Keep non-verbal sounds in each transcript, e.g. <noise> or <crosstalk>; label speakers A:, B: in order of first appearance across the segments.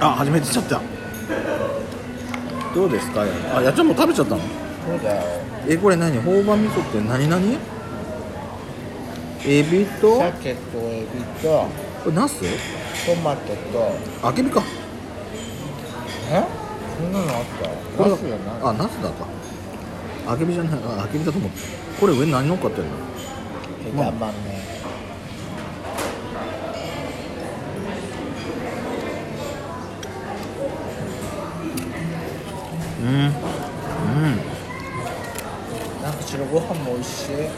A: あ初めてしちゃったどうですかあやっちゃんもう食べちゃったの
B: そうだよ
A: えこれ何朴葉味噌って何何エビとこ
B: 鮭とエビと
A: れナス
B: トマトと
A: あけびか
B: えこんなのあった
A: これ
B: ナスじゃない
A: あナスだかあけびじゃないああけびだと思ったこれ上に何乗っかってんの
B: 枝豆
A: うんうん
B: なんか白ご飯も美味しい
A: ね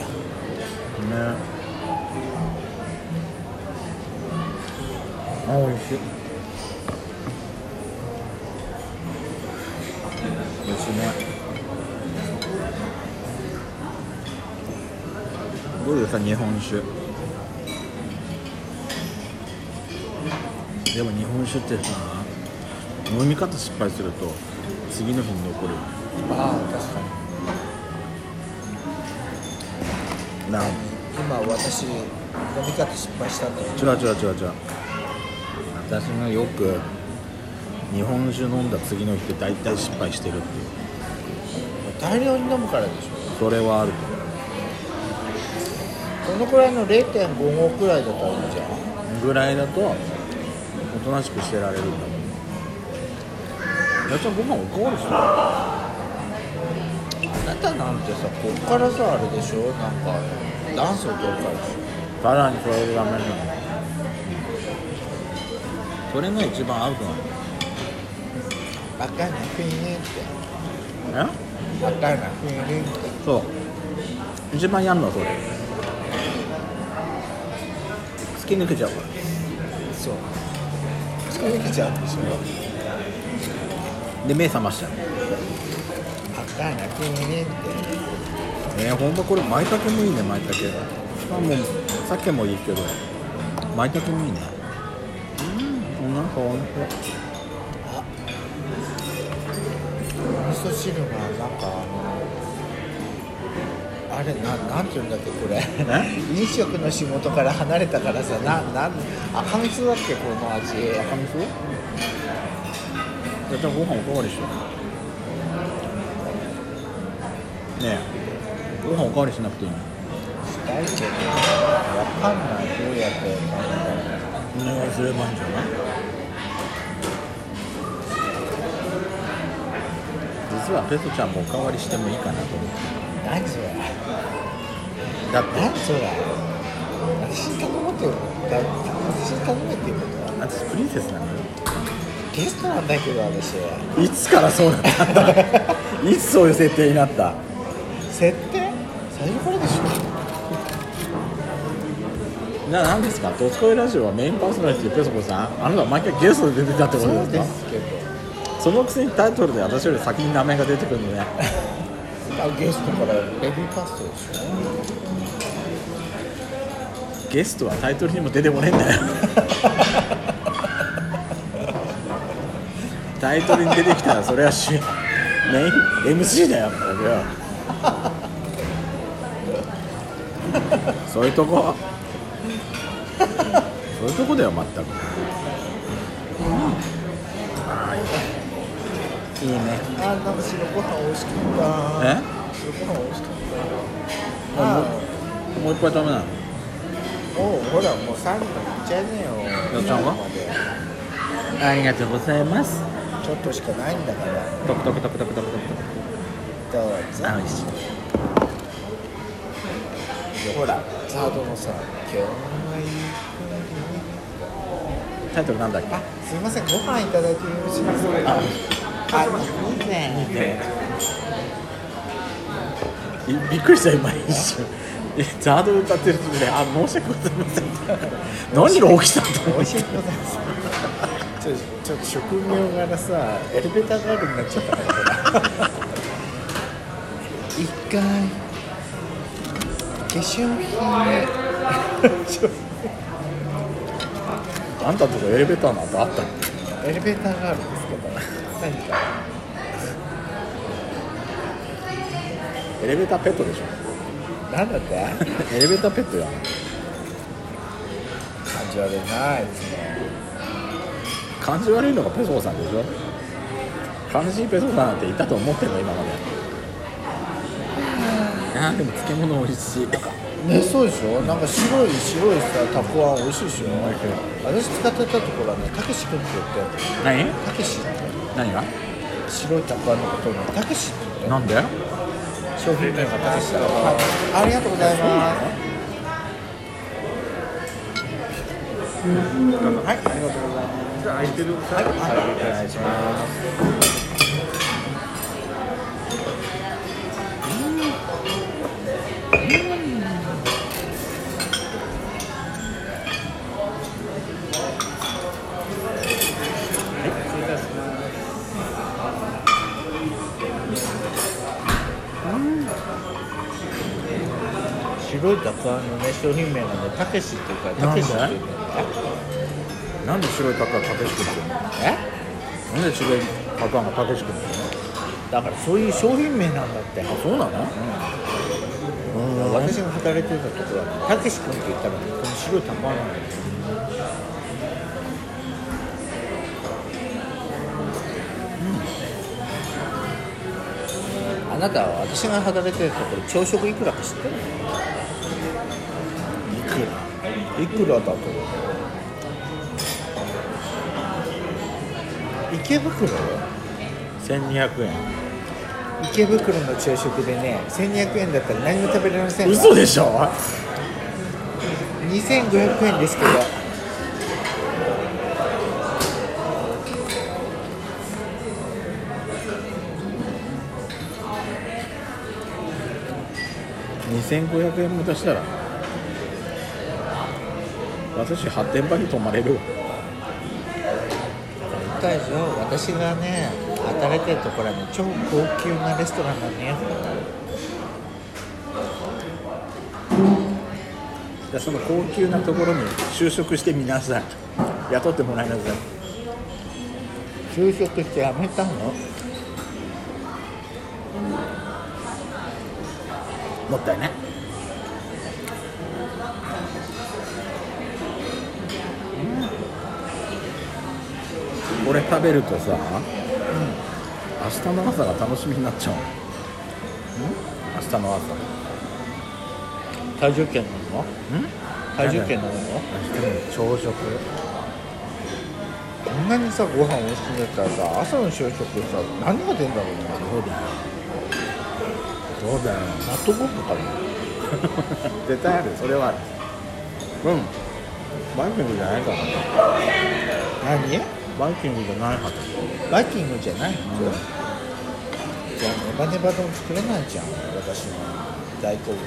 A: あおいしいおいしいねどうですか日本酒でも日本酒ってさ飲み方失敗すると次の日に残るよね
B: ああ確かに
A: なん
B: 今私飲み方失敗したんだよ
A: 違う違う違う違う私がよく日本酒飲んだ次の日って大体失敗してるっていう
B: 大量に飲むからでし
A: それはあると思
B: ょこのくらいの0.5合くらいだったらいいじゃん
A: うぐらいだとおとなしくしてられるんだもんやっちゃんご飯おかわりする
B: あなたなんてさこっからさあれでしょなんかダンスを踊るからでし
A: さらにそれでダメなのそれが一番アウト
B: ょバカなフィーリンって
A: なのえ
B: バカなフィーリンって
A: そう一番やんのはそれ突き抜けちゃうから
B: そう疲れちゃうんでしょ
A: で目覚ましちゃう
B: バカなフィーリンって
A: えー、ほんまこれ舞茸もいいね舞茸あもう鮭もいいけど舞茸もいいねうんなんかおいしい
B: 味噌汁がなんかあのあれななんていうんだっけこれ
A: え
B: 飲食の仕事から離れたからさななん赤味噌だっけこの味
A: 赤味噌やったらご飯おかわりしようねえご飯おかわりしなくていいの
B: したいけどわかんないどうやって
A: お願いすればいいんじゃない実はペソちゃんもおかわりしてもいいかなと思って
B: 何それ
A: だって
B: 何それ私に頼むってだ私に頼むっていうことは
A: 私プリンセスなのよ
B: ゲストなんだけど私
A: いつからそうなったんだいつそういう設定になった
B: 設定最初からでしょ
A: な何ですか「ドスコイラジオ」はメインパーソナリティペソコさんあなた毎回ゲストで出てたってこ
B: そ
A: と
B: う
A: で
B: です
A: か
B: すけど
A: そのくせにタイトルで私より先に名前が出てくるのね
B: あゲストからレビューパストでしょ
A: ゲストはタイトルにも出てこねえんだよタイトルに出てきたらそれは主メイン MC だよ僕はそういうとこそういうとこだよ全くいいね
B: あなんか白ご飯美味しかった
A: え
B: 白ご飯美味しかった
A: あ
B: あ
A: もう一杯食べないの
B: おうほらもう3分いっちゃいねよ
A: やっちゃうのありがとうございます
B: ちょっとしかないんだから
A: トクトクトクトクトクトク
B: どうぞ
A: あ美味しい
B: ほらサードのさ今日はいい
A: タイトルなんだっけ
B: あすいませんご飯いただいてよろしいですかあいい
A: <laughs>
B: ね
A: ねいびっくりした今一瞬えザード歌ってる時であ申し訳ございません何が起きたと
B: 美
A: 思っ
B: 味しいことですちょちょっと職業柄さエレベーターガールになっちゃったからほら一回化粧品
A: てあんたのとこエレベーターの後あったっ
B: エレベーターがあるんですけど何か
A: けエレベーターペットでしょ
B: なんだって
A: エレベーターペットや
B: 感じられないですね
A: 感じ悪いのがペソコさんでしょ悲しいペソコさんなんていたと思ってるの今まであーでも漬物美味しいとか
B: ねそうでしょなんか白い白いさたこあん美味しいでしょ私使ってたところはねたけし君って言って
A: 何
B: たけしって
A: 何が
B: 白いたこあんのことをねたけしって言って
A: なんで
B: 商品名がたけしだからありがとうございますはいありがとうございます
A: じゃあ空いてる
B: はい、お願いします。白いたくあんのね商品名がねたけしっていうからたけしっていうね
A: なんで白いタコがたけし君って言うの
B: え
A: なんで白いタコがたけし君って言うの
B: だからそういう商品名なんだって
A: あそうなのうん
B: 私が働いてたところはたけし君って言ったらねこの白い玉なんだよあなたは私が働いてたところ朝食いくらか知ってるいくらいくらだと思う池袋よ
A: 1200円
B: 池袋の朝食でね1200円だったら何も食べられませんわ
A: 嘘でしょ
B: 2500円ですけど
A: 2500円も出したら私発展場に泊まれるわ
B: 言ったでしょ私がね働いてるところはね超高級なレストランなのよ
A: じゃあその高級なところに就職してみなさい雇ってもらいなさい
B: 就職して辞めたの
A: もったいないこれ食べるとさ、明日の朝が楽しみになっちゃうの明日の朝
B: 体重券なの体重券なの
A: 朝食
B: こんなにさご飯美味しいんだったらさ朝の朝食さ何が出るんだろうね
A: そうだよそうだよ
B: 納豆ボンとかね
A: 絶対あるそれはあるうんバイキングじゃないかな
B: 何
A: バイキングじゃないかと
B: バイキングじゃないのじゃあネバネバ丼作れないじゃん私の大好物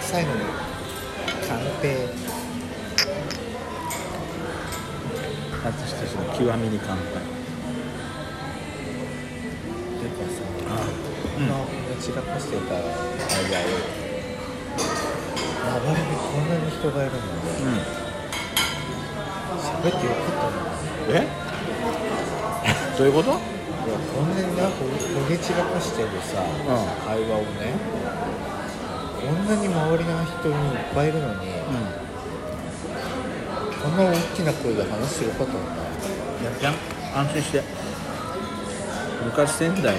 B: 最後にカンペ
A: 私たちの極みに簡単
B: というかさ
A: あ
B: この散らかしてた間をあばれにこんなに人がいるので
A: うん
B: 喋ってよかったな
A: え <laughs> どういうこと
B: いやこんなになんか焦げ散らかしてるさ、
A: ん
B: 会話をねこんなに周りの人にいっぱいいるの
A: う
B: に、こんな大きな声で話してよかったのかなん
A: やっちゃん安心して昔仙台で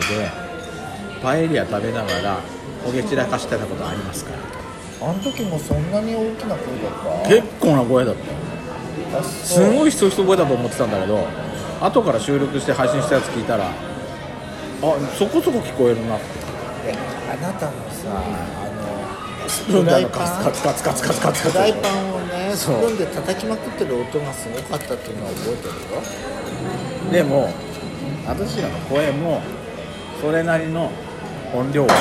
A: パエリア食べながら焦げ散らかしてたことありますから
B: あの時もそんなに大きな声だった
A: 結構な声だったよ
B: あそ
A: す
B: う
A: ごい人一声だと思ってたんだけど後から収録して配信したやつ聞いたらあそこそこ聞こえるな
B: えあなたのさあ
A: スプーンであのカツカツカツカツカツカツ
B: の
A: カ
B: フライ
A: ツ
B: パンをねス
A: そ
B: プ
A: う
B: ーンで叩きまくってる音がすごかったっていうのは覚えて
A: で
B: るよ
A: も私らの声もそれなりの音量は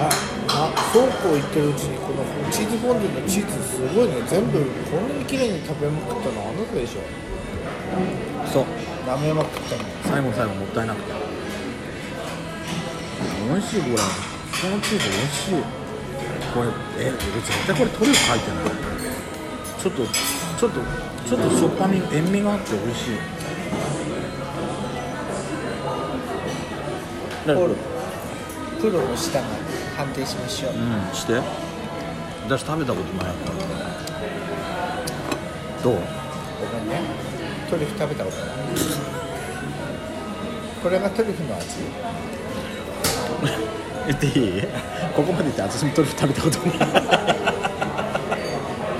B: ああそうこう言ってるうちにこのチーズフォンデュのチーズすごいね全部こんなに綺麗に食べまくったのあなたでしょ
A: そう
B: 舐めまくったの
A: 最後最後もったいなくて美味しいこれこのチーズ美味しいこれえ絶対これトリュフ入ってないちょっとちょっとちょっとしょっぱみ塩味があって美味しいだから
B: ほらプロの舌が判定しましょう
A: うんして私食べたことないからどう
B: ごめんねトリュフ食べたことないこれがトリュフの味
A: 言っていいここまで言って私もトリュフ食べたことない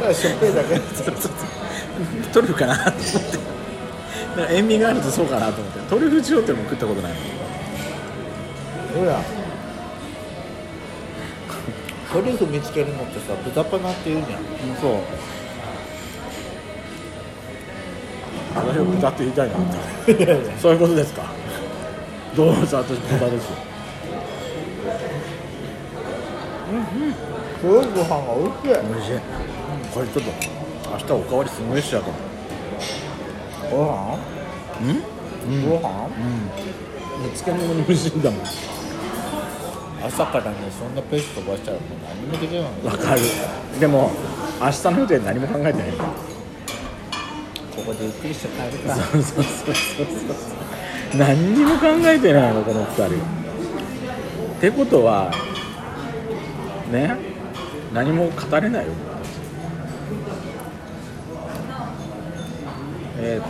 B: ただしょっぱいだけ
A: <laughs> トリュフかなと思ってなんか塩味があるとそうかなと思ってトリュフ塩ってのも食ったことない
B: ほらトリュフ見つけるのってさ豚パナって言うじゃん
A: そう私は豚って言いたいなって <laughs> そういうことですかどうぞ私豚ですよ
B: 黒いご飯が美味しい
A: 美味しいこれちょっと明日おかわりすごいしちゃうかも
B: ご飯ご飯
A: 漬物に美味しいんだもん
B: 朝からねそんなペース飛ばしたらもう何もできないの
A: わかるでも明日の予定何も考えてない
B: ここでゆっくりして帰るか
A: そうそうそうそう何にも考えてないのこの2人ってことはね何も語れないよえー、っと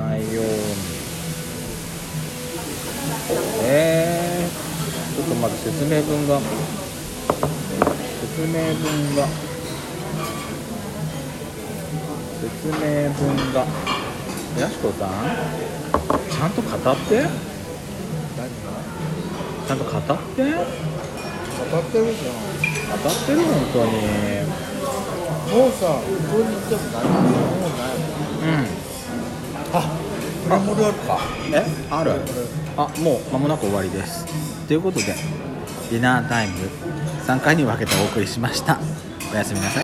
A: 内容えー、ちょっとまず説明文が説明文が説明文がやしこさんちゃんと語って
B: 何
A: ちゃんと語って語
B: が語ってるじゃ
A: ってる本当に
B: んもうさここに行っても何もないも
A: う
B: んあプラモデルあるか
A: んえあるあもう間もなく終わりですということでディナータイム3回に分けてお送りしましたおやすみなさい